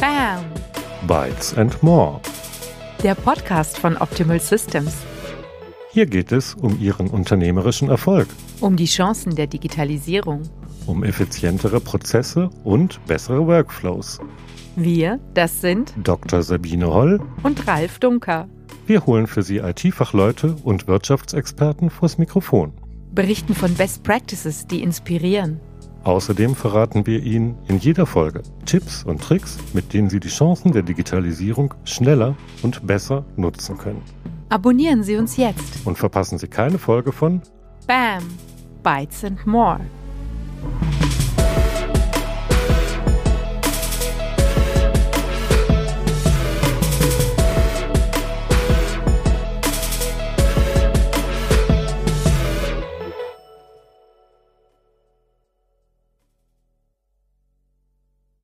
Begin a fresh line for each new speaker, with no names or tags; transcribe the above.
Bam!
Bytes and More.
Der Podcast von Optimal Systems.
Hier geht es um Ihren unternehmerischen Erfolg,
Um die Chancen der Digitalisierung.
um effizientere Prozesse und bessere Workflows.
Wir, das sind
Dr. Sabine Holl,
und Ralf Dunker.
wir holen für Sie IT-Fachleute und Wirtschaftsexperten vors Mikrofon.
Berichten von Best Practices, die inspirieren.
Außerdem verraten wir Ihnen in jeder Folge Tipps und Tricks, mit denen Sie die Chancen der Digitalisierung schneller und besser nutzen können.
Abonnieren Sie uns jetzt.
Und verpassen Sie keine Folge von
Bam! Bytes and More.